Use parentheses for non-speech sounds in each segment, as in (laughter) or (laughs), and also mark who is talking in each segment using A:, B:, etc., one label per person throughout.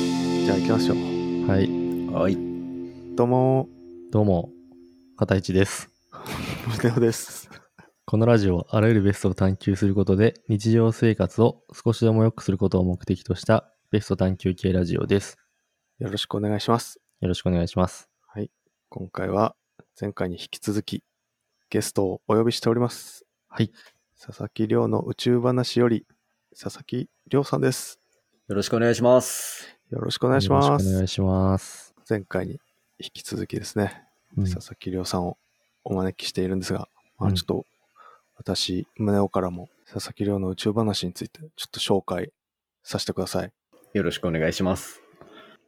A: きましょう。
B: はい。
C: はい。
A: どうも、
B: どうも、片市です。
A: ムテオです。
B: このラジオはあらゆるベストを探求することで日常生活を少しでも良くすることを目的としたベスト探求系ラジオです。
A: よろしくお願いします。
B: よろしくお願いします。
A: 今回は前回に引き続きゲストをお呼びしております。
B: はい。
A: 佐々木亮の宇宙話より佐々木亮さんです。
C: よろしくお願いします。
A: よろしくお
B: お
A: 願いしま
B: お願
A: す。
B: いします。
A: 前回に引き続きですね、
B: うん
A: 佐々木亮さんをお招きしているんですが、ま
B: う
A: あ
B: ん
A: ちょっと私、宗男からも佐々木亮の宇宙話についてちょっと紹介させてください。
C: よろしくお願いします。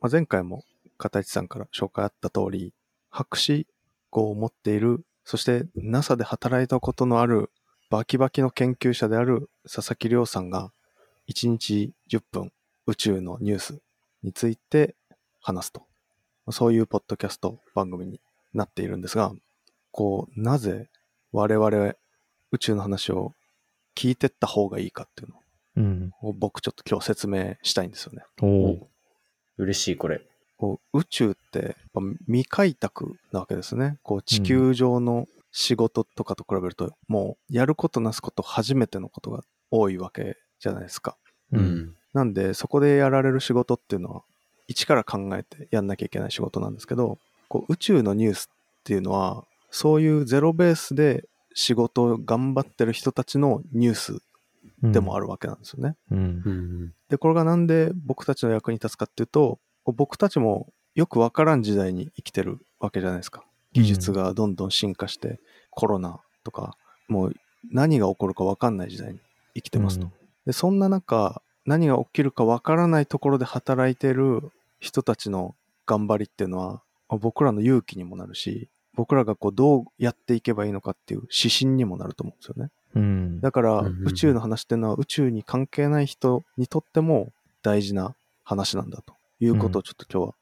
A: まあ、前回も片市さんから紹介あった通り、博士号を持っている、そして NASA で働いたことのあるバキバキの研究者である佐々木亮さんが1日10分宇宙のニュースについて話すと。そういうポッドキャスト番組になっているんですが、こう、なぜ我々宇宙の話を聞いてった方がいいかっていう
B: うん。
A: のを僕ちょっと今日説明したいんですよね。
B: おおー。
C: 嬉しい、これ。
A: こう宇宙ってやっぱ未開拓なわけですね。こう地球上の仕事とかと比べると、もうやることなすこと初めてのことが多いわけじゃないですか。
B: うん。
A: なんでそこでやられる仕事っていうのは一から考えてやんなきゃいけない仕事なんですけどこう宇宙のニュースっていうのはそういうゼロベースで仕事を頑張ってる人たちのニュース
B: うん
A: でもあるわけなんですよね。
B: うん。
C: うん。
A: で、これがなんで僕たちの役に立つかっていうと、こう僕たちもよくわからん時代に生きてるわけじゃないですか。技術がどんどん進化して、コロナとか、もう何が起こるかわかんない時代に生きてますと。
B: うん
A: で、そんな中、何が起きるかわからないところで働いてる人たちの頑張りっていうのは、僕らの勇気にもなるし、僕らがこうどうやっていけばいいのかっていう指針にもなると思うんですよね。
B: うん。
A: だから
C: うんうんうん
A: 宇宙の話っていうのは宇宙に関係ない人にとっても大事な話なんだということをちょっと今日は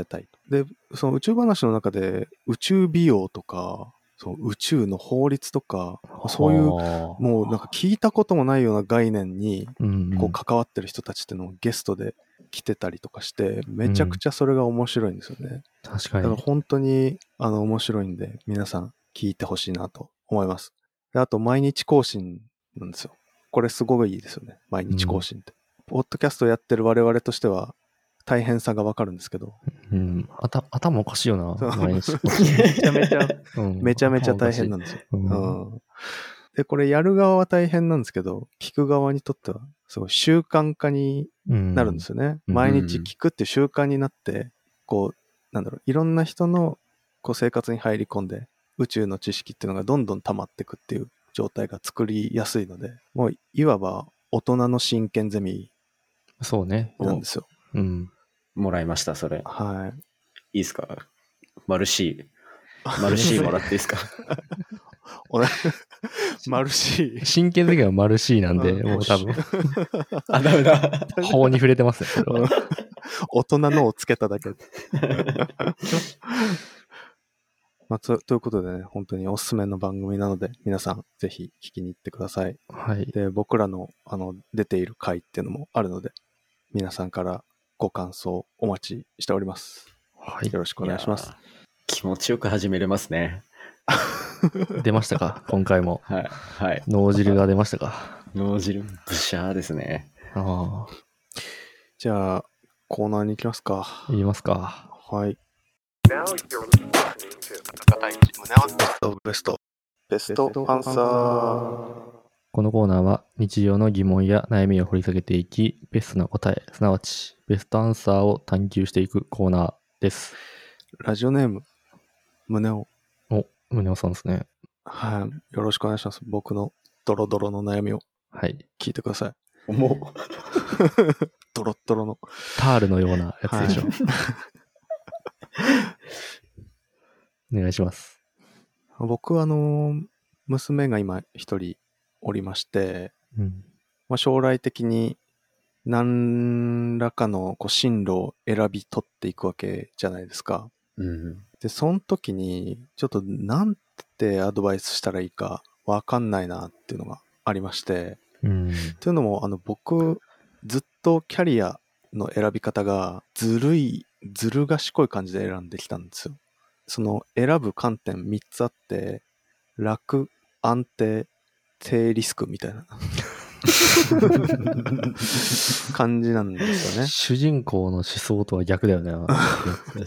A: 伝えたい。で、その宇宙話の中で宇宙美容とか、その宇宙の法律とか、そういう
B: はあ
A: もうなんか聞いたこともないような概念に
B: うんうん
A: こう関わってる人たちっていうのをゲストで来てたりとかして、めちゃくちゃそれが面白いんですよね。
B: 確か
A: だから
B: に。
A: 本当にあの面白いんで、皆さん聞いてほしいなと思います。であと、毎日更新なんですよ。これすごいいいですよね。毎日更新って。ポッドキャストやってる我々としては、大変さがわかるんですけど、
B: うん。あた頭おかしいよ
A: そう (laughs)
B: な。毎日
A: めちゃめちゃ、
B: うん
A: めちゃめちゃ大変な
B: 頭おかしい
A: んですよ。
B: うん
A: うんで、これやる側は大変なんですけど、聞く側にとっては、すごい習慣化に
B: うん。
A: なるんですよね。
B: うん
A: 毎日聞くっていう習慣になって、こう、なんだろう、いろんな人のこう生活に入り込んで、宇宙の知識っていうのがどんどん溜まってくっていう状態が作りやすいので、もういわば大人の真剣ゼミ
B: そうね。
A: なんですよ。
B: うん。
C: もらいました、それ。
A: はい。
C: いいですかマルシー。マルシ
A: (laughs)
C: ーもらっていいですか
A: おなマルシー。
B: 真剣的には丸 C なんで、
A: うん
B: もう多分、
C: あ、ダメだ。
B: 法に触れてますね、これは。
A: 大人のをつけただけ。まあ、とということでね、本当におすすめの番組なので、皆さんぜひ聞きに行ってください。
B: はい。
A: で、僕らの、あの、出ている回っていうのもあるので、皆さんからご感想お待ちしております。
B: はい
A: よ。ろし (laughs) くお願いします。
C: やー。気持ちよく始めれますね。
B: 出ました
A: (laughs)
B: か今回も。
C: はい。はい。
B: 脳汁が出ましたか
C: 脳汁、ブシャーですね。
B: ああ、
A: じゃあ、コーナーに行きますか。
B: 言いますか。
A: はい。ベスト。ベストアンサー。
B: このコーナーは日常の疑問や悩みを掘り下げていき、ベストな答え、すなわちベストアンサーを探求していくコーナーです。
A: ラジオネーム、胸を。
B: お、宗男さんですね。
A: はい。よろしくお願いします。僕のドロドロの悩みを
B: はい。
A: 聞いてください。
C: も
A: ドロッドロの。
B: タールのようなやつでしょ。 (laughs) お願いします。
A: 僕は、あの、娘が今一人おりまして、
B: うん。
A: まあ、将来的に何らかのこう進路を選び取っていくわけじゃないですか。
C: う。うん。
A: で、その時に、ちょっとなんてアドバイスしたらいいかわかんないなっていうのがありまして、
B: うん。
A: というのも、あの、僕、ずっとキャリアの選び方がずるい、ずる賢い感じで選んできたんですよ。その選ぶ観点3つあって、楽、安定、低リスクみたいな感じなんですよね。
B: 主人公の思想とは逆だよね。
A: (laughs)
C: 確かに。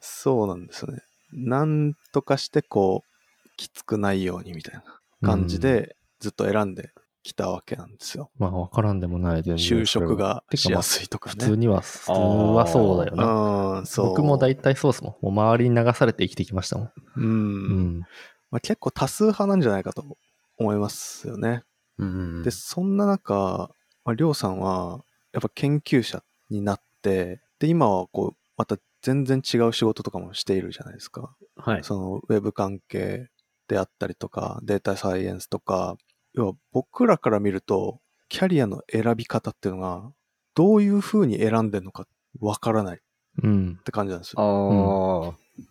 A: そうなんですよね。なんとかしてこう、きつくないようにみたいな感じ
B: うん。
A: でずっと選んできたわけなんですよ。
B: まあ、わからんでもない。全然
A: 就職が
B: てか
A: し
B: まあ
A: やすいとか
B: 普
A: ね。
B: 通には、普通はそうだよな。
A: うん、そう。
B: 僕も大体そうですもん。もう周りに流されて生きてきましたもん。
A: う。
B: うんん。
A: まあ、結構多数派なんじゃないかと思いますよね。
C: うん
A: で、そんな中、まあ、りょうさんは、やっぱ研究者になって、で、今はこう、また全然違う仕事とかもしているじゃないですか。
C: はい。
A: その、ウェブ関係であったりとか、データサイエンスとか、要は僕らから見ると、キャリアの選び方っていうのが、どういうふうに選んでるのかわからないっ
B: うん。
A: て感じなんですよ
C: ああ、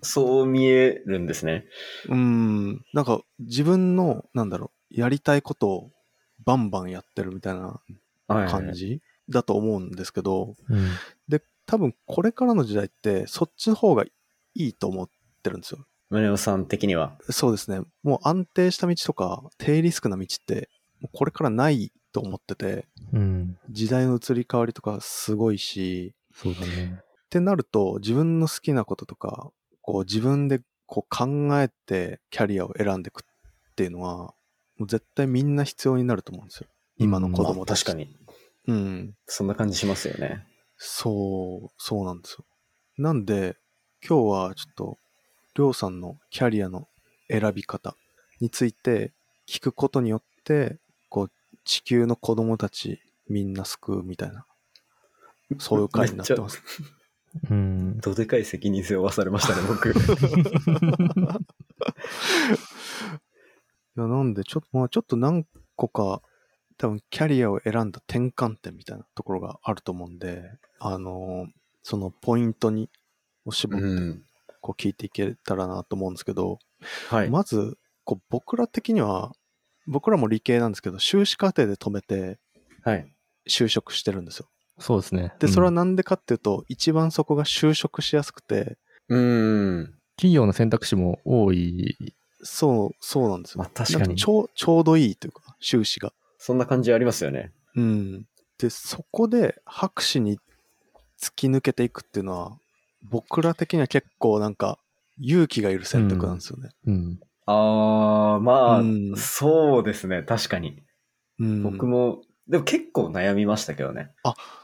C: そう見えるんですね。
A: うーん、なんか自分の、なんだろう、やりたいことをバンバンやってるみたいな
C: は
A: 感じだと思うんですけど、
B: うん。
A: で、多分これからの時代ってそっちの方がいいと思ってるんですよ。
C: 宗男さん的には。
A: そうですね。もう安定した道とか低リスクな道ってもうこれからないと思ってて、
B: うん。
A: 時代の移り変わりとかすごいし、
B: そうだね。
A: (laughs) ってなると自分の好きなこととかこう自分でこう考えてキャリアを選んでいくっていうのはもう絶対みんな必要になると思うんですよ今の子
C: まあ
A: 供たち
C: 確、かに。
A: うん
C: そんな感じしますよね。
A: そうそうなんですよなんで今日はちょっとりょうさんのキャリアの選び方について聞くことによってこう地球の子供たちみんな救うみたいなそういう回になってます
C: めっち
B: うん (laughs)
C: ゃ。どでかい責任性を負わされましたね、
A: (laughs)
C: 僕。
A: いや、なんで、ちょっと、まあ、ちょっと何個か、多分、キャリアを選んだ転換点みたいなところがあると思うんで、あのーそのポイントに、を絞って、
C: うん。
A: こう、聞いていけたらなと思うんですけど、
C: はい。
A: まず、こう、僕ら的には、僕らも理系なんですけど、修士課程で止めて、
C: はい。
A: 就職してるんですよ。
B: そうですね。
A: で、それは
B: うん
A: なんでかっていうと、一番そこが就職しやすくて、
C: うん。
B: 企業の選択肢も多い。
A: そう、そうなんですよ。
C: まあ確か
A: なん
C: に。
A: ちょう、ちょうどいいというか、修士が。
C: そんな感じありますよね。
A: うん。で、そこで博士に突き抜けていくっていうのは、僕ら的には結構なんか勇気がいる選択なんですよね。
B: うん。
C: ああ、まあ、
A: うん
C: そうですね。確かに。
A: うん
C: 僕。も、でも結構悩みましたけどね。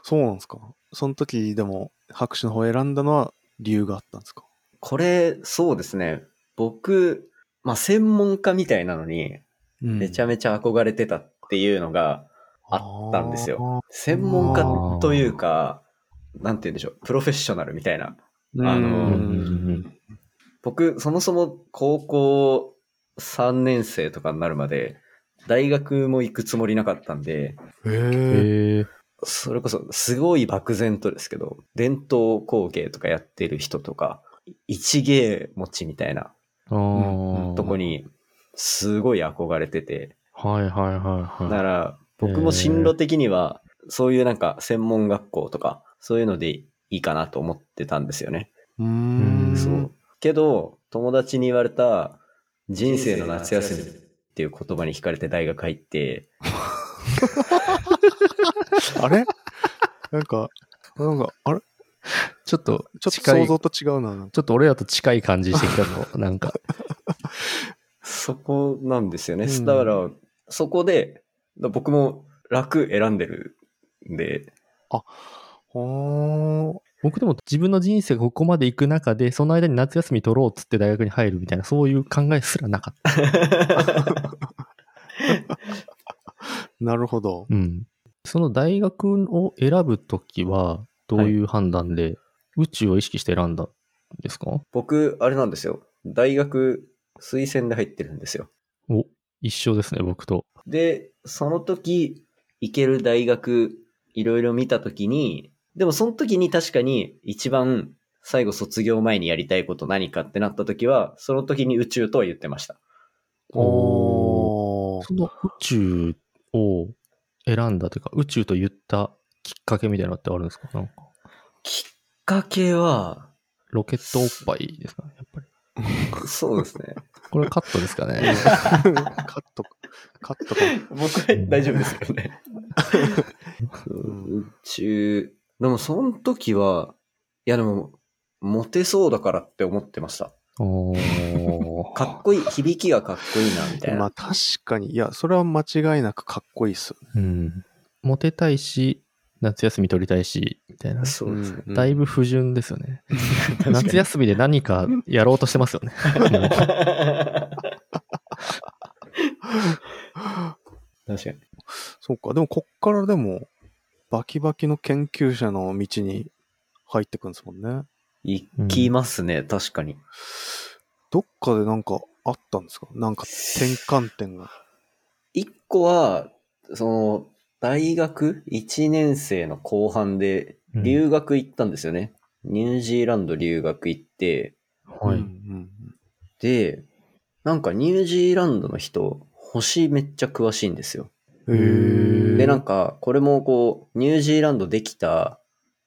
A: そうなんですか。その時でも博士の方を選んだのは理由があったんですか。
C: これ、そうですね。僕、まあ、専門家みたいなのに、めちゃ
A: ち
C: めちゃ憧れてたっていうのが、
A: ゃ
C: あったんですよ。専門家というか、なんて言うんでしょう、プロフェッショナルみたいな。あ
B: う
C: の
B: ん
A: う
B: うん
A: ん
B: うん
C: 僕、そもそも高校3年生とかになるまで、大学も行くつもりなかったんで、
A: へえ。
B: へえ。
C: それこそ、すごい漠然とですけど、伝統工芸とかやってる人とか、一芸持ちみたいな
B: あ
A: うん
B: あ。
C: とこ。に、すごい憧れてて、
B: はいはいはい
C: だか
B: は
C: ら、僕も進路的には、そういうなんか専門学校とか、そういうのでいいかなと思ってたんですよね。
A: うー。
B: うんん
C: そ
A: そう
C: う。けど、友達に言われた、人生の夏休みっていう言葉に惹かれて大学入って、
A: あれ (laughs) なんか、なんか、あれ
B: い。ちょっと、
A: ちょっと
B: 近
A: 想
B: い。
A: 像と違うな。なんか
B: ちょっと俺らと近い感じしてきたの、なんか。
C: そこなんですよね。
B: うん
C: だから、そこで、僕も楽選んでるん (laughs) で、
A: ほー。
B: 僕でも自分の人生がここまで行く中で、その間に夏休み取ろうっつって大学に入るみたいな、そういう考えすらなかった。
A: なるほど。
B: うん。その大学を選ぶときは、どういう判断で、宇宙を意識して選んだんですか、
C: 僕、あれなんですよ。大学推薦で入ってるんですよ。
B: お、一緒ですね、僕と。
C: で、その時、行ける大学、いろいろ見た時に、でもその時に確かに一番最後卒業前にやりたいこと何かってなった時は、その時に宇宙とは言ってました。
A: おー。
B: その宇宙を選んだというか、宇宙と言ったきっかけみたいなのってあるんですかなんか、
C: きっかけは、
B: ロケットおっぱいですかねやっぱり。
C: そうですね。
B: これカットですかね
A: (laughs) カット、カットか。
C: (laughs) 僕は大丈夫ですけどね。宇宙、でもその時は、いやでも、モテそうだからって思ってました。
B: (laughs) おー。
C: かっこいい、響きがかっこいいな、みたい
A: まあ
C: な。
A: 確かに、いや、それは間違いなくかっこいいっすよね。
B: うん。モテたいし、夏休み取りたいし、みたいな。
C: そうですね。
B: だいぶ不純ですよね。夏休みで何かやろうとしてますよね。もう
C: 確かに。
A: そうか。でもこっからでも、バキバキの研究者の道に入ってくんですもんね。
C: 行きますね、確かに。
A: どっかでなんかあったんですかなんか転換点が。
C: 一個は、その、大学1年生の後半で、
B: うん
C: 留学行ったんですよね。ニュージーランド留学行って、
B: は
A: うん
B: い。
C: で、なんかニュージーランドの人、星めっちゃ詳しいんですよ。
A: うんうん、へ
B: へー
A: え。
C: で、なんか、これもこう、ニュージーランドできた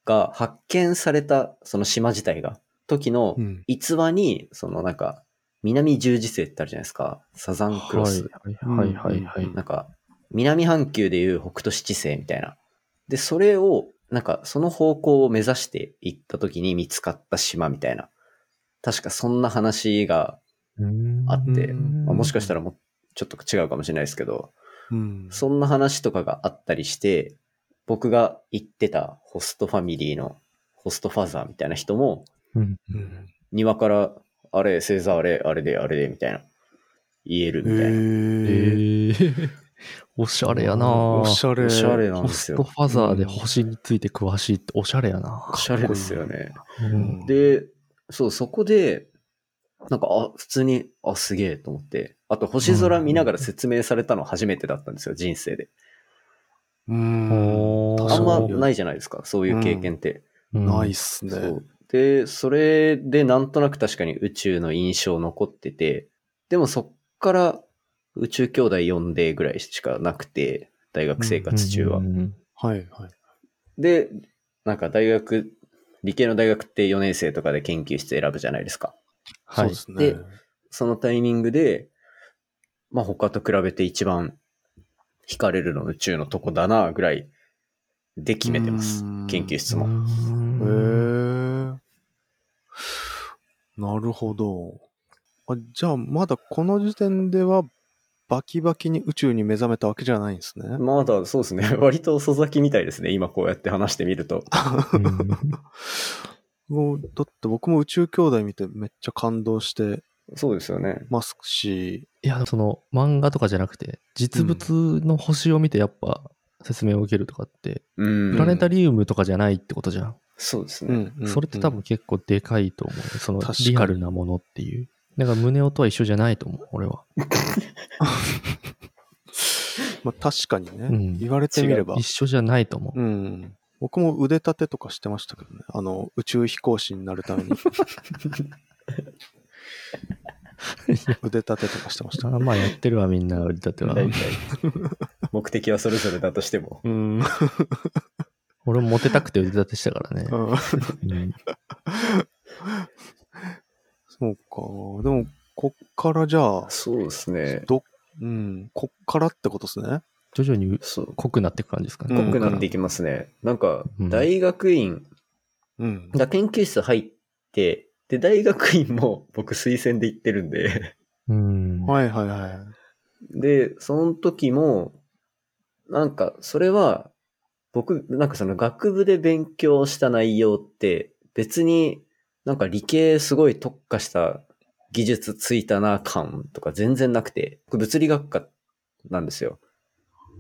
C: が発見された、その島自体が、時の
A: うん
C: 逸話に、そのなんか、南十字星ってあるじゃないですか。サザンクロス。
B: はいはいはいはい。
C: なんか、南半球でいう北斗七星みたいな。で、それを、なんか、その方向を目指して行った時に見つかった島みたいな。確かそんな話があって、
A: うん
C: まあもしかしたらもうちょっと違うかもしれないですけど、
A: うん、
C: そんな話とかがあったりして、僕が行ってたホストファミリーのホストファザーみたいな人も、
B: うん。
A: うん。
C: 庭から、あれ、星座あれ、あれで、あれで、みたいな、言えるみたいな。
B: え
A: え。
B: ー、おしゃれやな
A: おしゃれ。
C: おしゃれなん
B: ホ
C: です
B: ス
C: よ。
B: トファザーで星について詳しいっておしゃれやな
C: おしゃれですよね。
A: うん
C: で、そう、そこで、なんか、あ、普通に、あ、すげえと思って。あと、星空見ながら説明されたの初めてだったんですよ、人生で。
A: うん。
C: あんま
A: そう
C: ないじゃないですか、そういう経験って。
A: ないっす
C: そ
A: ね。
C: う。で、それでなんとなく確かに宇宙の印象残ってて、でもそっから宇宙兄弟呼んでぐらいしかなくて、大学生活中は。
A: はいはい。
C: で、なんか大学、理系の大学って4年生とかで研究室選ぶじゃないですか。
A: そう
B: はい
A: で。すね
C: で。そのタイミングで、まあ他と比べて一番惹かれるの宇宙のとこだなぐらいで決めてます
A: うーん。
C: 研究室
B: う
C: も。
A: へえ
B: ん
A: ー。なるほど。あじゃあ、まだこの時点では、バキバキに宇宙に目覚めたわけじゃないんですね。
C: まだそうですね。 (laughs) 割と遅咲きみたいですね。今こうやって話してみると。
A: もうだって僕も宇宙兄弟見てめっちゃ感動して
C: そうですよね。
A: ますし、
B: いや、その漫画とかじゃなくて、実物の星を見てやっぱ説明を受けるとかって、
C: うん
B: プラネタリウムとかじゃないってことじゃん。
C: そうです
A: う
C: ね。
A: んうん
B: それって多分結構でかいと思う。その
A: 確かに
B: リアルなものっていう。だから胸音は一緒じゃないと思う、俺は。
A: まあ、確かにね、
B: うん
A: 言われてみれば
B: 一緒じゃないと思う
A: う。ん、僕も腕立てとかしてましたけどねあの宇宙飛行士になる
B: (laughs)
A: ために腕立てとかしてました
B: あまあやってるわ、みんな、売り立ては。
C: (laughs) 大体。目的はそれぞれだとしても。
A: うん、うん
B: 俺もモテたくて売り立てしたからね。うん
A: そうかでもこっからじゃあ、
C: そうですね。
A: どうん、こっからってことですね
B: 徐々に
C: そう。
B: 濃くなっていく感じですかね。
A: うん
C: 濃くなっていきますね。なんか、
B: うん
C: 大学院
A: うん
C: が研究室入って、で、大学院も僕推薦で行ってるんで、
B: うん。
A: はいはいはい
C: で、その時も、なんか、それは、僕、なんかその学部で勉強した内容って、別になんか理系すごい特化した技術ついたな感とか全然なくて、僕物理学科なんですよ。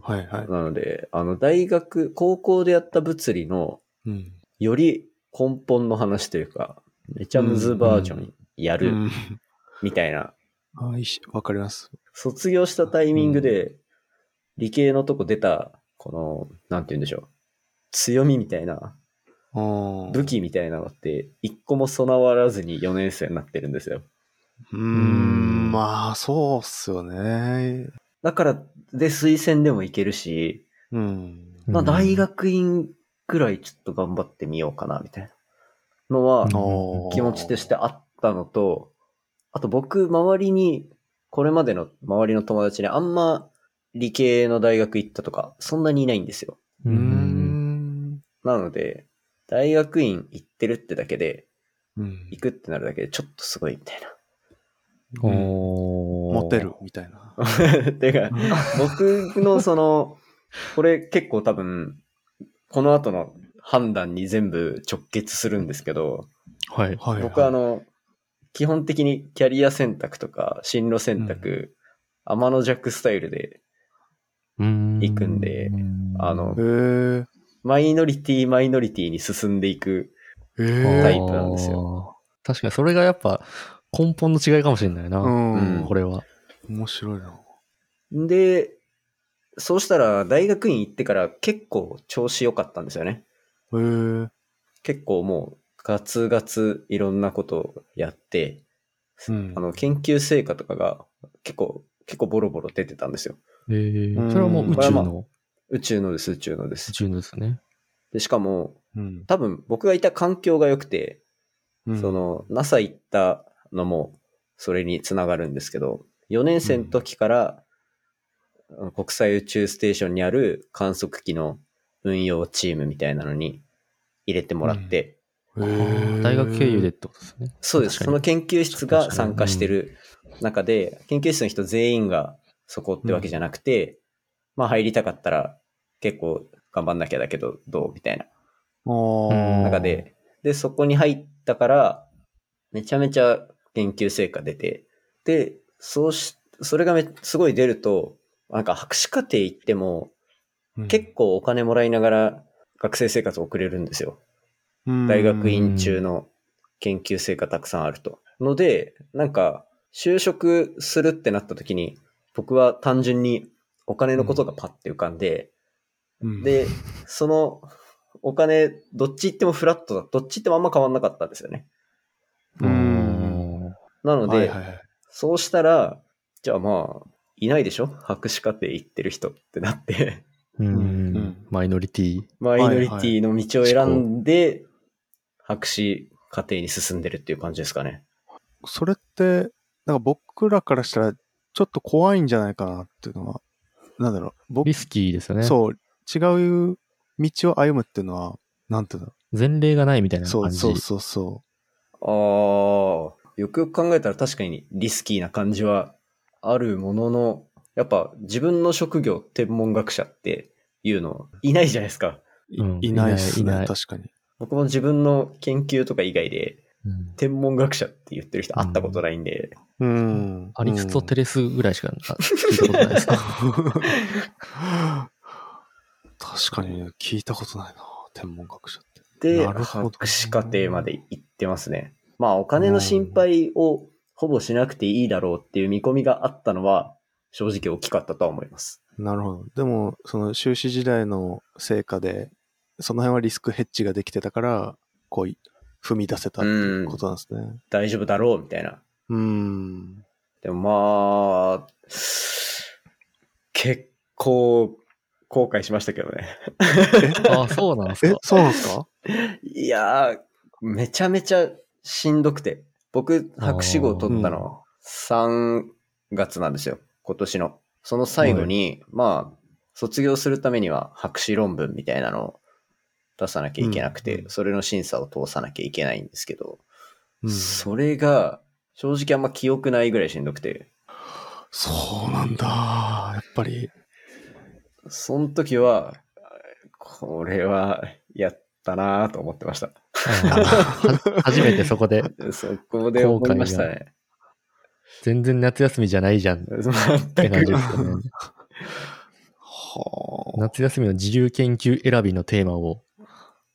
A: はいはい、
C: なので、あの、大学、高校でやった物理の、
A: うん
C: より根本の話というか、めちゃむずバージョンや
A: う
C: る
A: ん、 (laughs)
C: みたいな、
A: はいしわかります
C: 卒業したタイミングで、理系のとこ出た、この、なんて言うんでしょう。強みみたいな、武
A: 武
C: 器みたいなのって、一個も備わらずに4年生になってるんですよ。
A: うー
B: うん
A: ん、まあ、そうっすよね。
C: だから、で、推薦でもいけるし、
A: うん。
B: うん
C: まあ、大学院くらいちょっと頑張ってみようかな、みたいなのは、
B: うん
C: 気持ちとしてあったのと、あと僕、周りに、これまでの周りの友達にあんま理系の大学行ったとか、そんなにいないんですよ。
B: う
A: うー
B: ん。
A: ん。
C: なので、大学院行ってるってだけで、
A: うん
C: 行くってなるだけでちょっとすごいみたい
A: うん
B: おー
A: モテるみたい
C: (laughs)
A: な。
C: な。てか、僕のその、これ結構多分、この後の判断に全部直結するんですけど、
B: はい。
A: はい
C: 僕はあ、の、基本的にキャリア選択とか進路選択、天の弱スタイルで、
B: 行
C: 行くんで、あの
A: へえ。
C: マイノリティマイノリティに進んでいく。
A: え
C: タ
A: え
C: イ。プなんです
B: よ。確かに、それがやっぱ根本の違いかもしれないな。
A: うん
C: うん
B: これは。
A: 面白いな。
C: で、そうしたら大学院行ってから結構調子良かったんですよね。
A: へえ。
C: 結構もうガツガツいろんなことをやって、
A: うん
C: あの研究成果とかが結構、結構ボロボロ出てたんですよ。
B: え
A: う
B: ー、
A: ん
B: それはもう宇宙
C: これは
B: の、
C: 宇宙のです、宇宙ので
B: 宇
C: す。
B: 宙のですね。
C: で、しかも
A: うん
C: 多分僕がいた環境が良くて、
A: うん
C: その NASA 行ったのもそれにつながるんですけど、4年生の時から、あの国際宇宙ステーションにある観測機の運用チームみたいなのに入れてもらって、
A: へ
B: あ
A: ー
B: ー大学経由でってことですね。
C: そうで
B: 確
C: す。そ
B: かに
C: の研究室が参加してる中で、研究室の人全員がそこってわけじゃなくて、まあ入りたかったら結構頑張んなきゃだけど、どうみたいな
A: ああ。
C: 中で、で、そこに入ったから、めちゃめちゃ研究成果出て、で、そうし、それがめ、すごい出ると、なんか博士課程行っても、
A: うん
C: 結構お金もらいながら学生生活を送れるんですよ。大学院中の研究成果たくさんあると。ので、なんか、就職するってなった時に、僕は単純にお金のことがパッて浮かんで、
A: うん、
C: で、そのお金、どっち行ってもフラットだ、どっち行ってもあんま変わんなかったんですよね。
A: う
B: うん
A: ん
C: な
A: う
C: の
A: ん
C: で、
A: はいはいはい
C: そうしたら、じゃあまあ、いないでしょ博士課程行ってる人ってなって、 (laughs)
B: うんん。マイノリティ。
C: マイノリティの道を選んで、博士課程に進んでるっていう感じですかね。
A: それって、なんか僕らからしたら、ちょっと怖いんじゃないかなっていうのは、なんだろう、僕
B: リ、スキーですよね。
A: そう、違う道を歩むっていうのは、なんていうんだろ。
B: 前例がないみたいうな
A: そ
B: 感
A: う
B: じ。
A: そうそうそ
C: ああ、よくよく考えたら確かにリスキーな感じはあるものの、やっぱ自分の職業、天文学者っていうのいないじゃないですか。
A: う。い,、
B: うん
A: ないっす
B: いないい
A: ね、
B: ない
A: 確かに。
C: 僕も自分の研究とか以外で
B: うん
C: 天文学者って言ってる人会ったことないんで、
A: うん。
B: アリストテ
A: レ
B: レスぐらいしか聞いたことないですか。
A: (laughs) 確かにね、聞いたことないな、天文学者って。
C: で、
A: なるほど
C: 博士課程まで行ってますね。まあお金の心配をほぼしなくていいだろうっていう見込みがあったのは正直大きかったとは思います。
A: なるほど。でも、その修士時代の成果で、その辺はリスクヘッジができてたから、こう、踏み出せたっていうことなんですね。
C: 大丈夫だろうみたいな
A: うん。
C: でもまあ、結構後悔しましたけどね。
B: あ、 (laughs) そうなんです
A: え
B: か、。
A: そうなんですか
C: (laughs) いやー、めちゃめちゃしんどくて。僕、博士号取ったの3月なんですよ。今年の。その最後に、まあ、卒業するためには博士論文みたいなのを出さなきゃいけなくて、
A: うん
C: それの審査を通さなきゃいけないんですけど、
A: うん。
C: それが正直あんま記憶ないぐらいしんどくて。
A: そうなんだ。やっぱり。
C: その時は、これはやったなぁと思ってました。
B: は初めてそこで、
C: そこで思いましたね。
B: 全然夏休みじゃないじゃんって
C: 全
B: 感じで。
C: く
B: すよね。
A: はあ。
B: 夏休みの自由研究選びのテーマを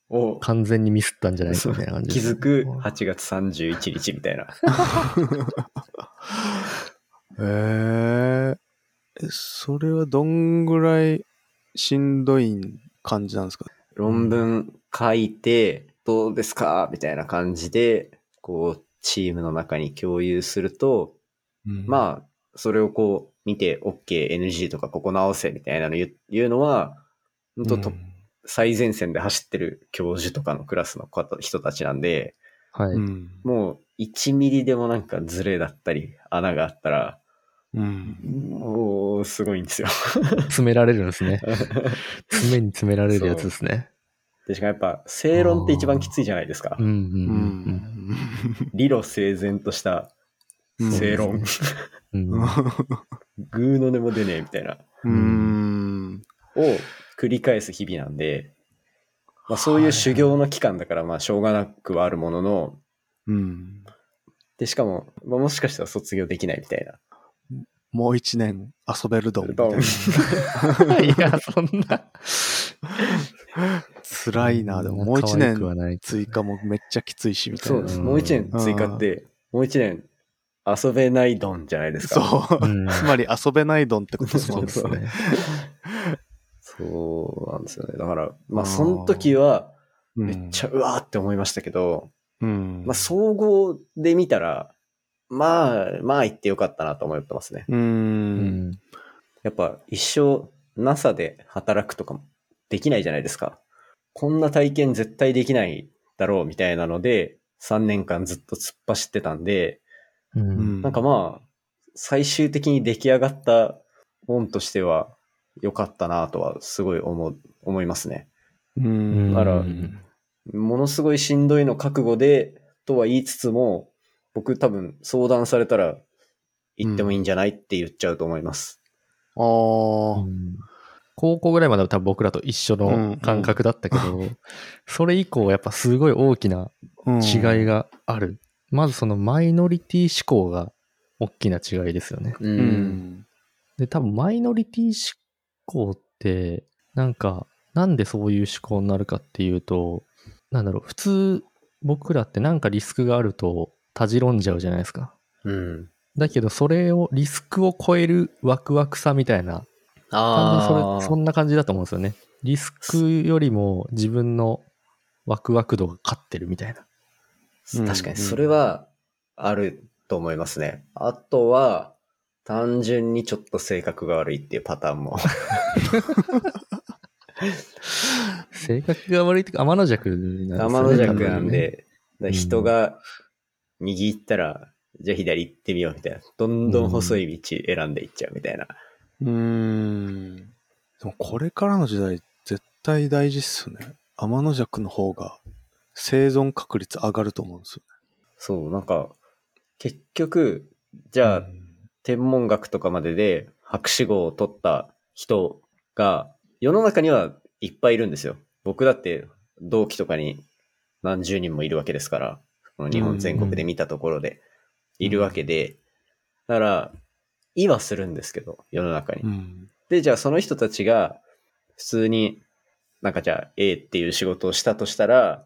C: を
B: 完全にミスったんじゃないか
C: そう
B: みたいな感じ
C: 気
B: です
C: づ
B: ね
C: く8月31日みたいな。
A: えーえ、それはどんぐらいしんどい感じなんですか
C: 論文書いて、どうですかみたいな感じで、こう、チームの中に共有すると、
A: あ、
C: まあ、それをこう、見て、OK、NG とかここ直せみたいなの言う言うのは、本当、と
A: うん
C: 最前線で走ってる教授とかのクラスの方人たちなんで、
B: はい。
A: うん。
C: もう1ミリでもなんかズレだったり穴があったら、
A: うん。
C: もうすごいんですよ。 (laughs)
B: 詰められるんです
A: (laughs)
B: ね。詰めに詰められるやつですね。
C: 確かやっぱ正論って一番きついじゃないですか
B: う。んうん
A: う
B: うん
A: ん。
C: 理路整然とした
A: うん
C: 正論。
B: うん。うん
A: う
C: ぐーの音も出ねえみたいな。
A: ん。
C: を繰り返す日々なんで、まあ、そういう修行の期間だからまあしょうがなくはあるものの、
A: うん。
C: で、しかも、まあ、もしかしたら卒業できないみたいな。
A: もう一年遊べるドンみたい
C: ドン
A: な。
B: (laughs) いや、そんな。
A: 辛いな、でももう一
B: 可愛く
A: 年
B: はない
A: 追加もめっちゃきついし、みたい
C: そう
A: な。
C: で。
B: ですす
C: もう一年追加って、もう一年遊べないドンじゃないですか。
A: そう。
B: うん
A: つまり遊べないドンってことですも
B: そ
A: ん
B: う
A: ね
B: で。すね。
C: そうなんですよね。だから、ま
A: あ
C: あ、
A: ー
C: その時は、
A: め
C: めっちゃ、うわーって思いましたけど、
A: うん。
C: まあ、総合で見たら、まあ、まあ、行ってよかったなと思ってますね。
A: う。
B: うんん。
C: やっぱ、一生、NASA で働くとかもできないじゃないですか。こんな体験絶対できないだろうみたいなので、3年間ずっと突っ走ってたんで、
B: う。
A: うんん
C: なんかまあ、最終的に出来上がった本としては良かったなとはすごい思う、思いますね。
A: うん。
C: だから
B: うん
C: ものすごいしんどいの覚悟で、とは言いつつも、僕多分相談されたら、行ってもいいんじゃないって言っちゃうと思います。
A: ああ。
B: 高校ぐらいまでは多分僕らと一緒の感覚だったけど、それ以降やっぱすごい大きな違
A: が。
B: いがある。まずそのマイノリティ思考が大きな違いですよね。
C: う。
A: うんん。
B: で、多分マイノリティ思考って、なんか、なんでそういう思考になるかっていうと、なんだろう、普通僕らってなんかリスクがあるとたじろんじゃうじゃないですか。
C: うん。
B: だけどそれをリスクを超えるワクワクさみたいな完全にそ
C: あ
B: れ
C: あ、
B: そんな感じだと思うんですよね。リスクよりも自分のワクワク度が勝ってるみたいな。
A: うん
C: 確かにそれはあると思いますね。あとは、単純にちょっと性格が悪いっていうパターンも。
B: 性格が悪いっていうか、天の弱なんですよね
C: 天の弱なん。
B: 多分ね
C: で、だから人が右行ったら、じゃあ左行ってみようみたいな。どんどん細い道選んでいっちゃうみたいな。
A: うん。でもこれからの時代、絶対大事っすよね。天の弱の方が生存確率上がると思うんですよ。
C: そう、なんか、結局、じゃあ、天文学とかまでで博士号を取った人が、世の中にはいっぱいいるんですよ。僕だって同期とかに何十人もいるわけですから、この日本全国で見たところでいるわけで、だから、意はするんですけど、世の中に。
A: うん。
C: で、じゃあその人たちが普通になんかじゃあ A っていう仕事をしたとしたら、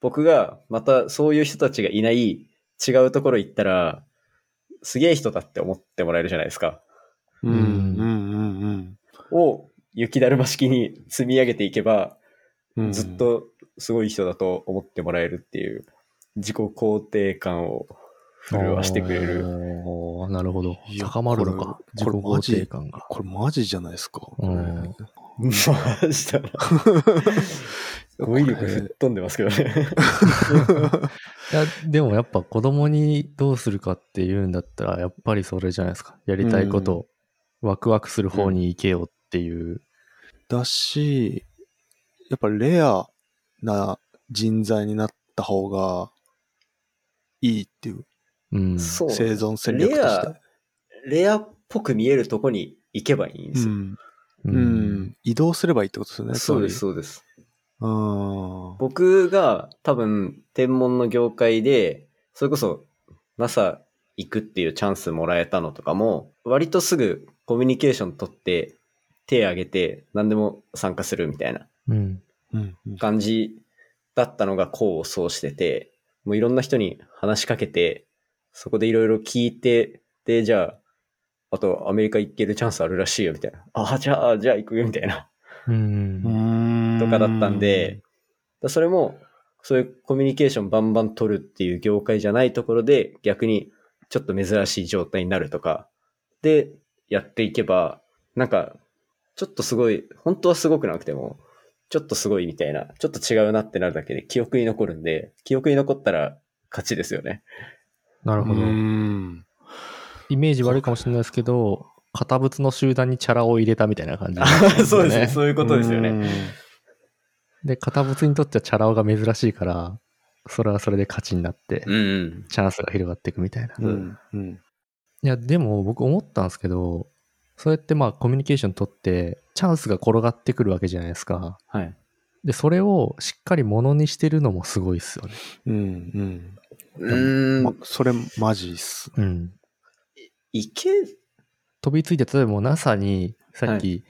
C: 僕がまたそういう人たちがいない違うところ行ったら、すげえ人だって思ってもらえるじゃないですか。
A: うん。うん。うん。
C: を雪だるま式に積み上げていけば、
A: うん。
C: ずっ。とすごい人だと思ってもらえるっていう自己肯定感を震わしてくれる。
B: おーなるほど
A: い。や
B: 高まるのか。
A: こ
B: 自
A: れ
B: 己肯定感が。
A: これマジじゃないですか。
B: うん
C: (laughs) ました
A: (laughs)
C: ら。語彙力吹っ飛んでますけどね。
B: いや、でもやっぱ子供にどうするかっていうんだったら、やっぱりそれじゃないですか。やりたいこと、ワクワクする方に行けよっていう。
A: だし、やっぱレアな人材になった方がいいっていう、
B: うん。
C: そう
A: 生存戦略として。
C: レアっぽく見えるとこに行けばいいんです
A: う
C: よ。
A: ん、
B: う
A: うん。移動すればいいってことですよね。つまり。
C: そうです。
A: うん。
C: 僕が多分、天文の業界で、それこそ NASA 行くっていうチャンスもらえたのとかも、割とすぐコミュニケーション取って、手挙げて何でも参加するみたいな
B: うん。
A: うん。うん
C: 感じだったのが功を奏してて、もういろんな人に話しかけて、そこでいろいろ聞いて、で、じゃあ、あとアメリカ行けるチャンスあるらしいよみたいな。 (laughs) あ、じゃあ、じゃあ行くよみたいな。
B: うん。
A: と
C: とかだったんで、、だそれも、そういうコミュニケーションバンバン取るっていう業界じゃないところで、逆にちょっと珍しい状態になるとか、で、やっていけば、なんか、ちょっとすごい、本当はすごくなくても、ちょっとすごいみたいな、ちょっと違うなってなるだけで記憶に残るんで、記憶に残ったら勝ちですよね。
B: なる
A: う
B: ほど。
A: ん。
B: イメージ悪いかもしれないですけど、堅物の集団にチャラを入れたみたいな感じ、 (laughs)
C: そうですね。そういうことですよ
A: うん
C: ね。。
B: で、堅物にとってはチャラ男が珍しいから、それはそれで勝ちになって、
C: うんうん。
B: チャンスが広がっていくみたいな。
A: う
B: い
A: ん。うん。
B: や、でも僕思ったんですけど、そうやってまあコミュニケーション取って、チャンスが転がってくるわけじゃないですか。
C: はい。
B: で、それをしっかりものにしてるのもすごいですよね。
A: うん。
C: う
A: うん。
C: ー
A: ま
C: ん。、
A: それマジっす。
B: うん。
C: いけ、
B: 飛びついて、例えばもう NASA にさっき、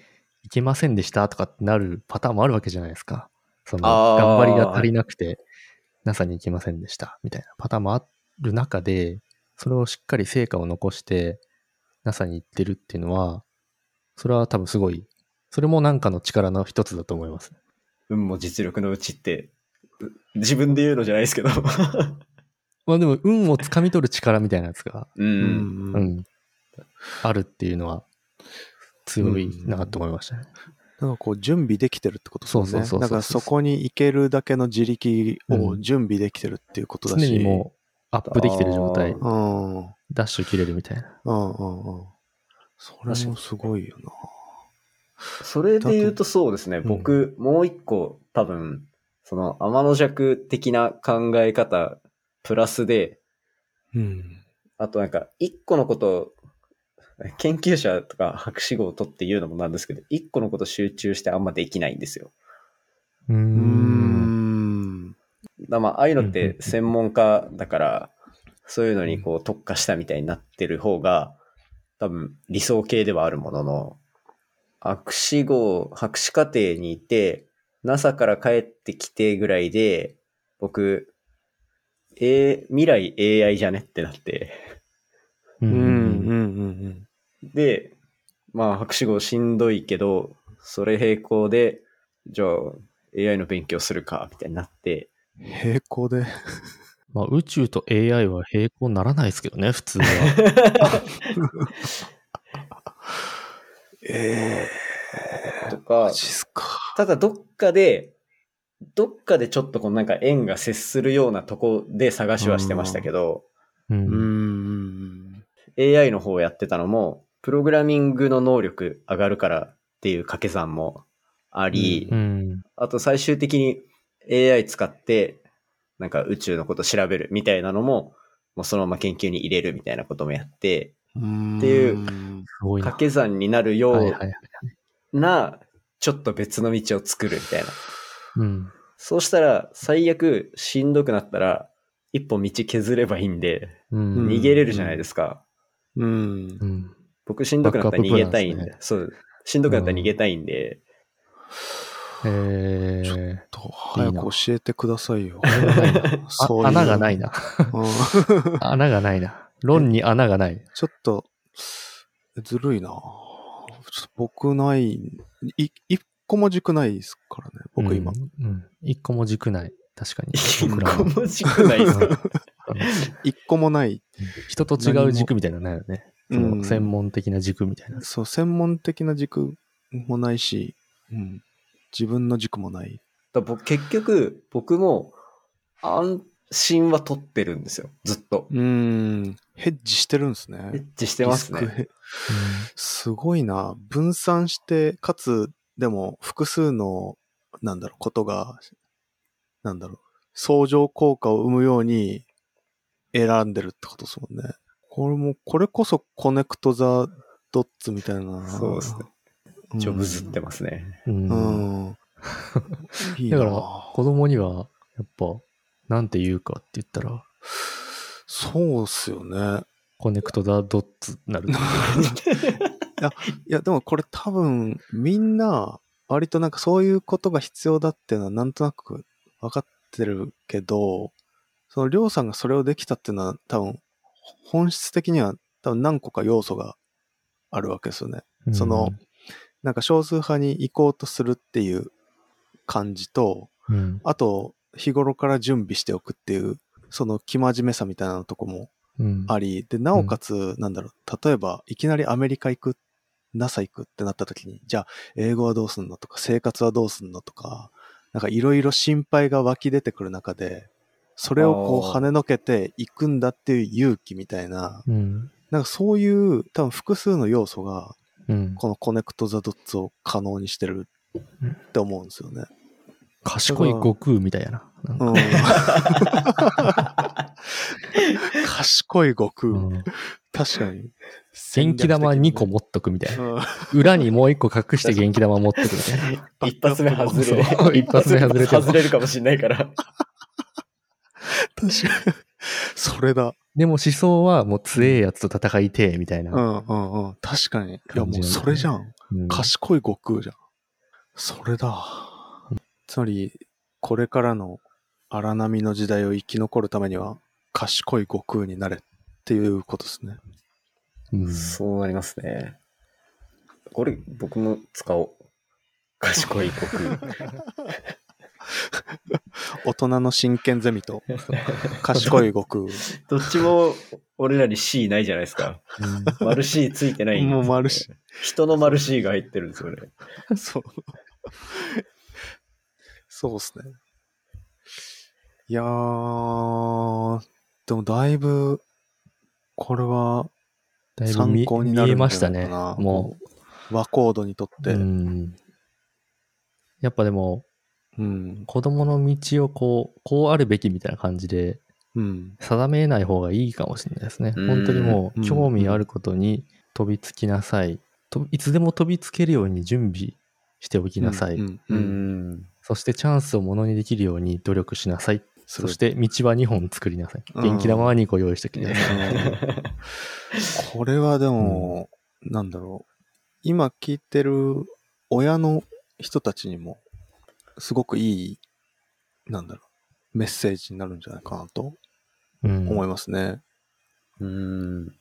B: 行けませんでしたとかってなるパターンもあるわけじゃないですか。その、
C: あー
B: 頑張りが足りなくて、NASA に行けませんでしたみたいなパターンもある中で、それをしっかり成果を残して、NASA に行ってるっていうのは、それは多分すごい、それもなんかの力の一つだと思います。
C: 運も実力のうちって、う自分で言うのじゃないですけど。
B: まあでも、運をつかみ取る力みたいなやつが、
A: う
C: う。
A: ん
B: う。ん、あるっていうのは、強いなと思いましたね。
A: なんかこう準備できてるってことですよね。
B: そうそうそうそう
A: だからそこに行けるだけの自力を準備できてるっていうことだ
B: 常
A: し。
B: にもう、アップできてる状態
C: あー、
A: うん。うん
B: ダッシュ切れるみたいな。
A: うんうん。それもすごいよな。
C: それで言うとそうですね。
B: と
C: 僕、もう一個、多分、その、天の弱的な考え方、プラスで、
A: うん。
C: あとなんか、一個のことを、研究者とか博士号を取って言うのもなんですけど、一個のこと集中してあんまできないんですよ。
B: うー
A: うー
B: ん。
A: ん。
C: だからまあ、ああいうのっ
B: うんうん
C: て
B: うん
C: 専門家だから、そういうのにこう特化したみたいになってる方が、多分理想形ではあるものの、博士号、博士課程にいて、NASA から帰ってきてぐらいで、僕、えー未来 AI じゃねってなって。
B: う
A: うんうん
B: ん。
A: うん
C: で、まあ、博士号しんどいけど、それ並行で、じゃあ、AI の勉強するか、みたいになって。
A: うん。平行で。
B: まあ、宇宙と AI は並行ならないですけどね、普通は。
A: ええ
C: とか
A: マ、ジっすか。
C: ただどっかで、どっかでちょっとこのなんか縁が接するようなとこで探しはしてましたけど、
B: う
A: うー
B: ん。
A: ん。
C: AI の方をやってたのも、プログラミングの能力上がるからっていう掛け算もあり、
B: うん。
C: あと最終的に AI 使って、なんか宇宙のこと調べるみたいなのも、もうそのまま研究に入れるみたいなこともやって、
A: って
C: いう
B: すごいな。
C: 掛け算になるよ
B: はいはいうはい。
C: な、ちょっと別の道を作るみたいな。
B: うん。
C: そうしたら、最悪しんどくなったら、一歩道削ればいいんで、
B: うん。
C: 逃げれるじゃないですか。
A: うん
B: う。ん。
C: 僕しんどくなったら逃げたいん
B: バッ
C: で、
B: クアッ
C: そう。しんどくなったら逃げたいんで、
B: えー
A: と、早く教えてくださいよ。
B: (laughs) あ
A: そういう
B: 穴がない。な。
A: うん
B: 穴がないな。論に穴がない。
A: ちょっと、ずるいなちょっと僕ない、い、一個も軸ないですからね、僕今
B: う。ん。うん一個も軸ない。確かに。
C: 一
B: 僕ら
C: (laughs)
B: は
C: 個もしくないですか。
A: 一、個もない。
B: 人と違う軸みたいなのないよね。その専門的な軸みたいな。
A: そう、専門的な軸もないし、うん、自分の軸もない。
C: だから僕結局、僕も安心は取ってるんですよ。ずっと。
A: うん、ヘッジしてるんです
C: エ
A: ね
C: ッ。チしてます
A: リス
C: ね。
A: クへすごいな。分散して、かつ、でも複数の、なんだろう、ことが、なんだろう、相乗効果を生むように選んでるってことですもんね。これも、これこそコネクト・ザ・ドッツみたいな。
C: そうですね。
A: うん
C: ジョブズってますね。
B: うん
A: う
B: うん
C: (laughs)
A: ん。いい
B: だ
A: な
B: から子供にはやっぱなんて言うかって言ったら
A: そうっすよね。
B: コネクトだドッツになる
A: いや、でもこれ多分、みんな、割となんかそういうことが必要だっていうのはなんとなく分かってるけど、そのりょうさんがそれをできたっていうのは多分、本質的には多分何個か要素があるわけですよね。 (laughs) その、なんか少数派に行こうとするっていう感じと、
B: うんうん
A: あと、日頃から準備しておくっていう、その生真面目さみたいなとこも
B: うん
A: あり、で、なおかつ、なんだろう、例えば、いきなりアメリカ行くっ NASA 行くってなった時に、じゃあ英語はどうすんのとか、生活はどうすんのとか、なんかいろいろ心配が湧き出てくる中で、それをこう
C: あー
A: 跳ねのけていくんだっていう勇気みたいな、
B: うん。
A: なんかそういう多分複数の要素が、
B: うん。
A: このコネクト・ザ・ドッツを可能にしてるって思うんですよね。
B: 賢い悟空みたいやな。なんか (laughs)
A: うん、賢い悟空。
B: うん
A: 確かに。
B: 元気玉2個持っとくみたいな。裏にもう1個隠して元気玉持ってくみた
A: (laughs)
B: いな。
A: うん
C: 一発目外れる
B: そう。一発目外れても
C: 外れるかもしれないから。
A: 確かに。 (laughs) それだ。
B: でも思想はもう強えやつと戦いてえみたいな。
A: うんうんうん。確かに。いやもうそれじゃん。
B: うん
A: 賢い悟空じゃん。それだ。つまり、これからの荒波の時代を生き残るためには、賢い悟空になれっていうことですね。
B: うん
C: そうなりますね。これ、僕も使おう。賢い悟空。
A: 大人の真剣ゼミ (laughs) と、賢い悟空。
C: どっちも、俺らに C ないじゃないで
A: (laughs)
C: すか。
B: うん
C: 丸 C ついてない。
A: もう丸 C。
C: 人の丸 C が入ってるんですよね。
A: そう。そうですね。いやー、でもだいぶ、これは
B: だいぶ見
A: 参考にな
B: 見
A: る
B: え
A: ん
B: ま
A: じ
B: し
A: ゃ
B: た
A: ない
B: ね。
A: かな。
B: も
A: う。和コードにとっ
B: う。
A: て。
B: う
A: うん。
B: んやっぱでも、子供の道をこう、こうあるべきみたいな感じで
A: うん。
B: 定めない方がいいかもしれないですね。
C: うん
B: 本当にも
A: う
B: うん興味あることに飛びつきなさい。といつでも飛びつけるように準備しておきなさい。
A: うん。う
C: う
A: ん
C: ん。
B: そしてチャンスをものにできるように努力しなさい。
A: そ
B: そ
A: し、
B: してて道は2本作りなさい。
A: うん
B: 元気玉は2個用意しておきなさい。
A: これはでも、なんだろう。今聞いてる親の人たちにも、すごくいい、なんだろう、メッセージになるんじゃないかなと
B: うん
A: 思いますね。
C: うん。
A: な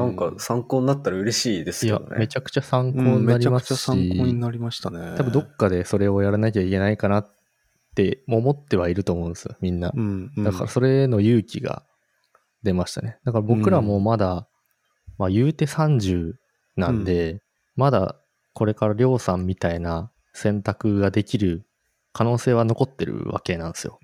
C: なんか、参考になったら嬉しいです
B: い
C: け
B: や
C: ど、
B: め
C: ね。
B: ちゃくちゃ参考
A: う
B: に
A: ん、
B: な
A: めち
B: り
A: ゃ
B: ま
A: くち
B: す
A: ゃ
B: し、
A: 参考になりましたね。
B: 多分どっかでそれをやらなきゃいけないかなって思ってはいると思うんですよ、みんな。
A: うん、
B: だからそれへの勇気が出ましたね。だから僕らもまだ、まあ言うて30なんで、まだこれからりょうさんみたいな選択ができる可能性は残ってるわけなんですよ。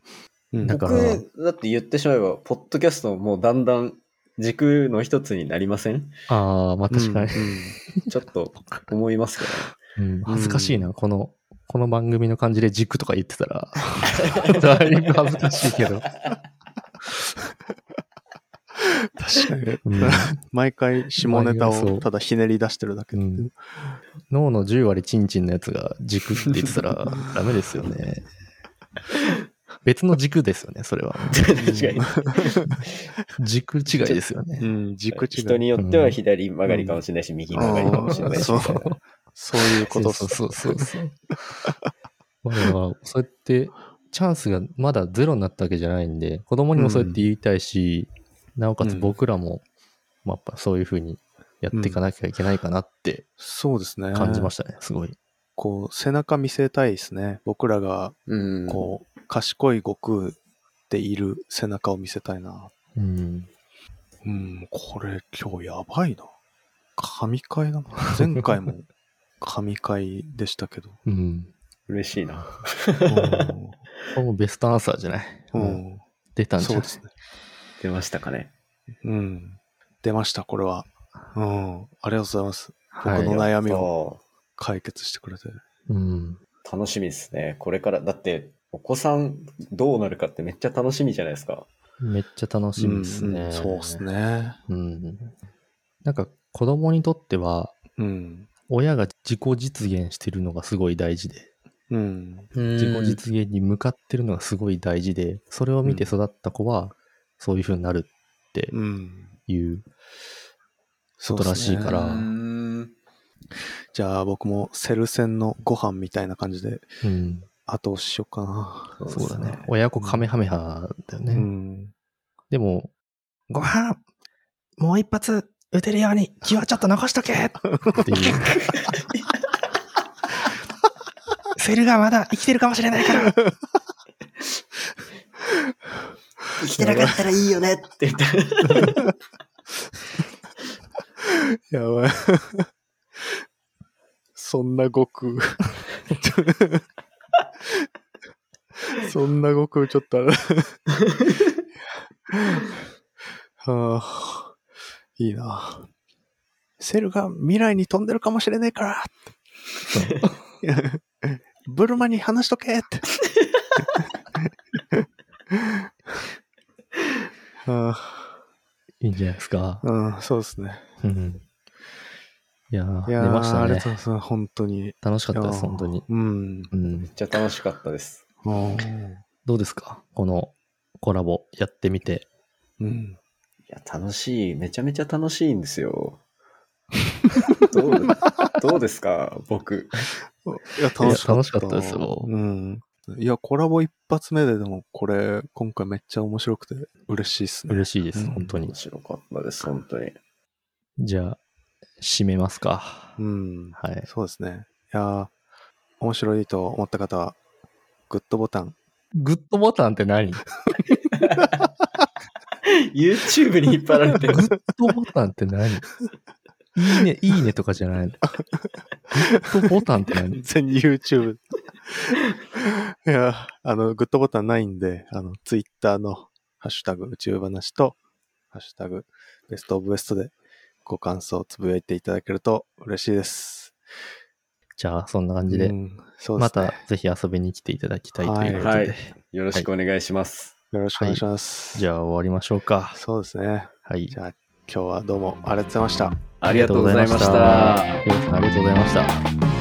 A: うん、
B: だから
C: 僕、だって言ってしまえば、ポッドキャストももうだんだん軸の一つになりません
B: ああ、まあ確かに。
A: うん
C: ちょっと思いますけどね。
B: うん恥ずかしいな、この、この番組の感じで軸とか言ってたら、 (laughs) だいぶ恥ずかしいけど。
A: 確か (laughs) に。
B: うん
A: 毎回下ネタ
B: 毎回そ
A: を
B: う
A: ただひねり出してるだけっていう
B: うん脳の10割チンチンのやつが軸って言ってたらダメですよね。別の軸ですよね、それは。
A: (laughs)
C: 確か
B: 軸違いですよ
A: う
B: ね。
A: ん、軸
C: に。
A: 違い。
C: 人によっては左曲がりかもしれないし、右曲がりかもしれないし。
A: あー
C: みたいな
A: そういうこと
B: そ
A: そう
B: そうそうそう。 (laughs) まあだからそうやって、チャンスがまだゼロになったわけじゃないんで、子供にもそうやって言いたいし、なおかつ僕らも、まあ、やっぱそういうふうにやっていかなきゃいけないかなって
A: そうですね。
B: 感じま
A: し
B: したね、すごい。
A: た。こう、背中見せたいですね。僕らが、
C: うん。
A: こう、賢い悟空でいる背中を見せたいな。
B: うん。
A: うん、これ今日やばいな。神回だな。前回も神回でしたけど。 (laughs)
B: うん。
C: 嬉しいな。
B: これもベストアンサーじゃない。
A: うん。う
B: もうん出たんじ
A: そ
B: ゃ
A: う
B: ない
A: ですね。
C: 出ましたかね。
A: うん。出ました、これは。うん。ありがとうございます。
B: はい
A: 僕の悩みを
C: を。
A: 解決してくれて。
B: うん。
C: 楽しみですね。これから、だって、お子さんどうなるかってめっちゃ楽しみじゃないですか。
B: めっちゃ楽しみですね。
A: うんうんそうです。ね。
B: うん。なんか子供にとっては、
A: うん。
B: 親が自己実現してるのがすごい大事で、
A: うん。
B: 自己実現に向かってるのがすごい大事で、それを見て育った子は、そういう風になるって
A: うん。
B: いう、
A: そう
B: ことらしいか
A: ですね
B: ら
C: うん
A: じゃあ僕もセル戦のご飯みたいな感じで
B: うん、
A: 後押ししようかな。
C: そう
B: そうだ
C: そうです
B: ね
C: ね。
B: 親子カメハメハだよね。
A: うん。
B: でも、ご飯もう一発打てるように気はちょっと残しとけっていう。セルがまだ生きてるかもしれないから
C: 生きてなかったらいいよねって言って。
A: やばい。そんな悟
B: (laughs)
A: 空。そんな悟空、ちょっとあれ。はあ、いいな。セルが未来に飛んでるかもしれねえ
B: (laughs)
A: からって。ブルマに話しとけっ
B: (laughs)
A: て。は
B: いいんじゃないですか
A: あ、。うん、そうですね。
B: うん。いやー
A: いやー
B: 出ました
A: あり
B: ね
A: が。とうございます。本当に。
B: 楽しかったで
A: いやー
B: す、本当に。
A: うん。
B: うん。
C: じゃあ楽しかったです。
B: どうですかこのコラボやってみて。
A: うん。
C: いや、楽しい。めちゃめちゃ楽しいんですよ。ど
A: (laughs)
C: うどうですか僕。
A: いや、楽しかった。
B: いや楽しかったですよ
A: うん。いや、コラボ一発目ででも、これ、今回めっちゃ面白くて嬉しいっすね。
B: 嬉しいで
A: う
B: す、
A: ん
B: 本当に
C: 面。白かったです、本当に。
B: じゃあ、締めますか。
A: うん。
B: はい。
A: そうですね。いやー面白いと思った方は、グッドボタン。
B: グッドボタンって何グ
C: YouTube に引っ張られてる。
B: ッドボタンって何いいね、いいねとかじゃないの。グッドボタンって何
A: 全 YouTube。いや、あの、グッドボタンないんで、あの、Twitter のハッシュタグ宇宙話と、ハッシュタグベストオブウエストでご感想をつぶやいていただけると嬉しいです。
B: じゃあ、そんな感じで、
A: うんそうで
B: ます
A: ね。
B: たぜひ遊びに来ていただきたいということで、
C: はいよろしくお願いします。
A: よろしくお願いします。
B: じゃあ終わりましょうか。
A: そうですね。
B: はい。
A: じゃあ、今日はどうもありがとうございました。
C: ありがとうございまし
B: あ
C: た。
B: りがとうございました。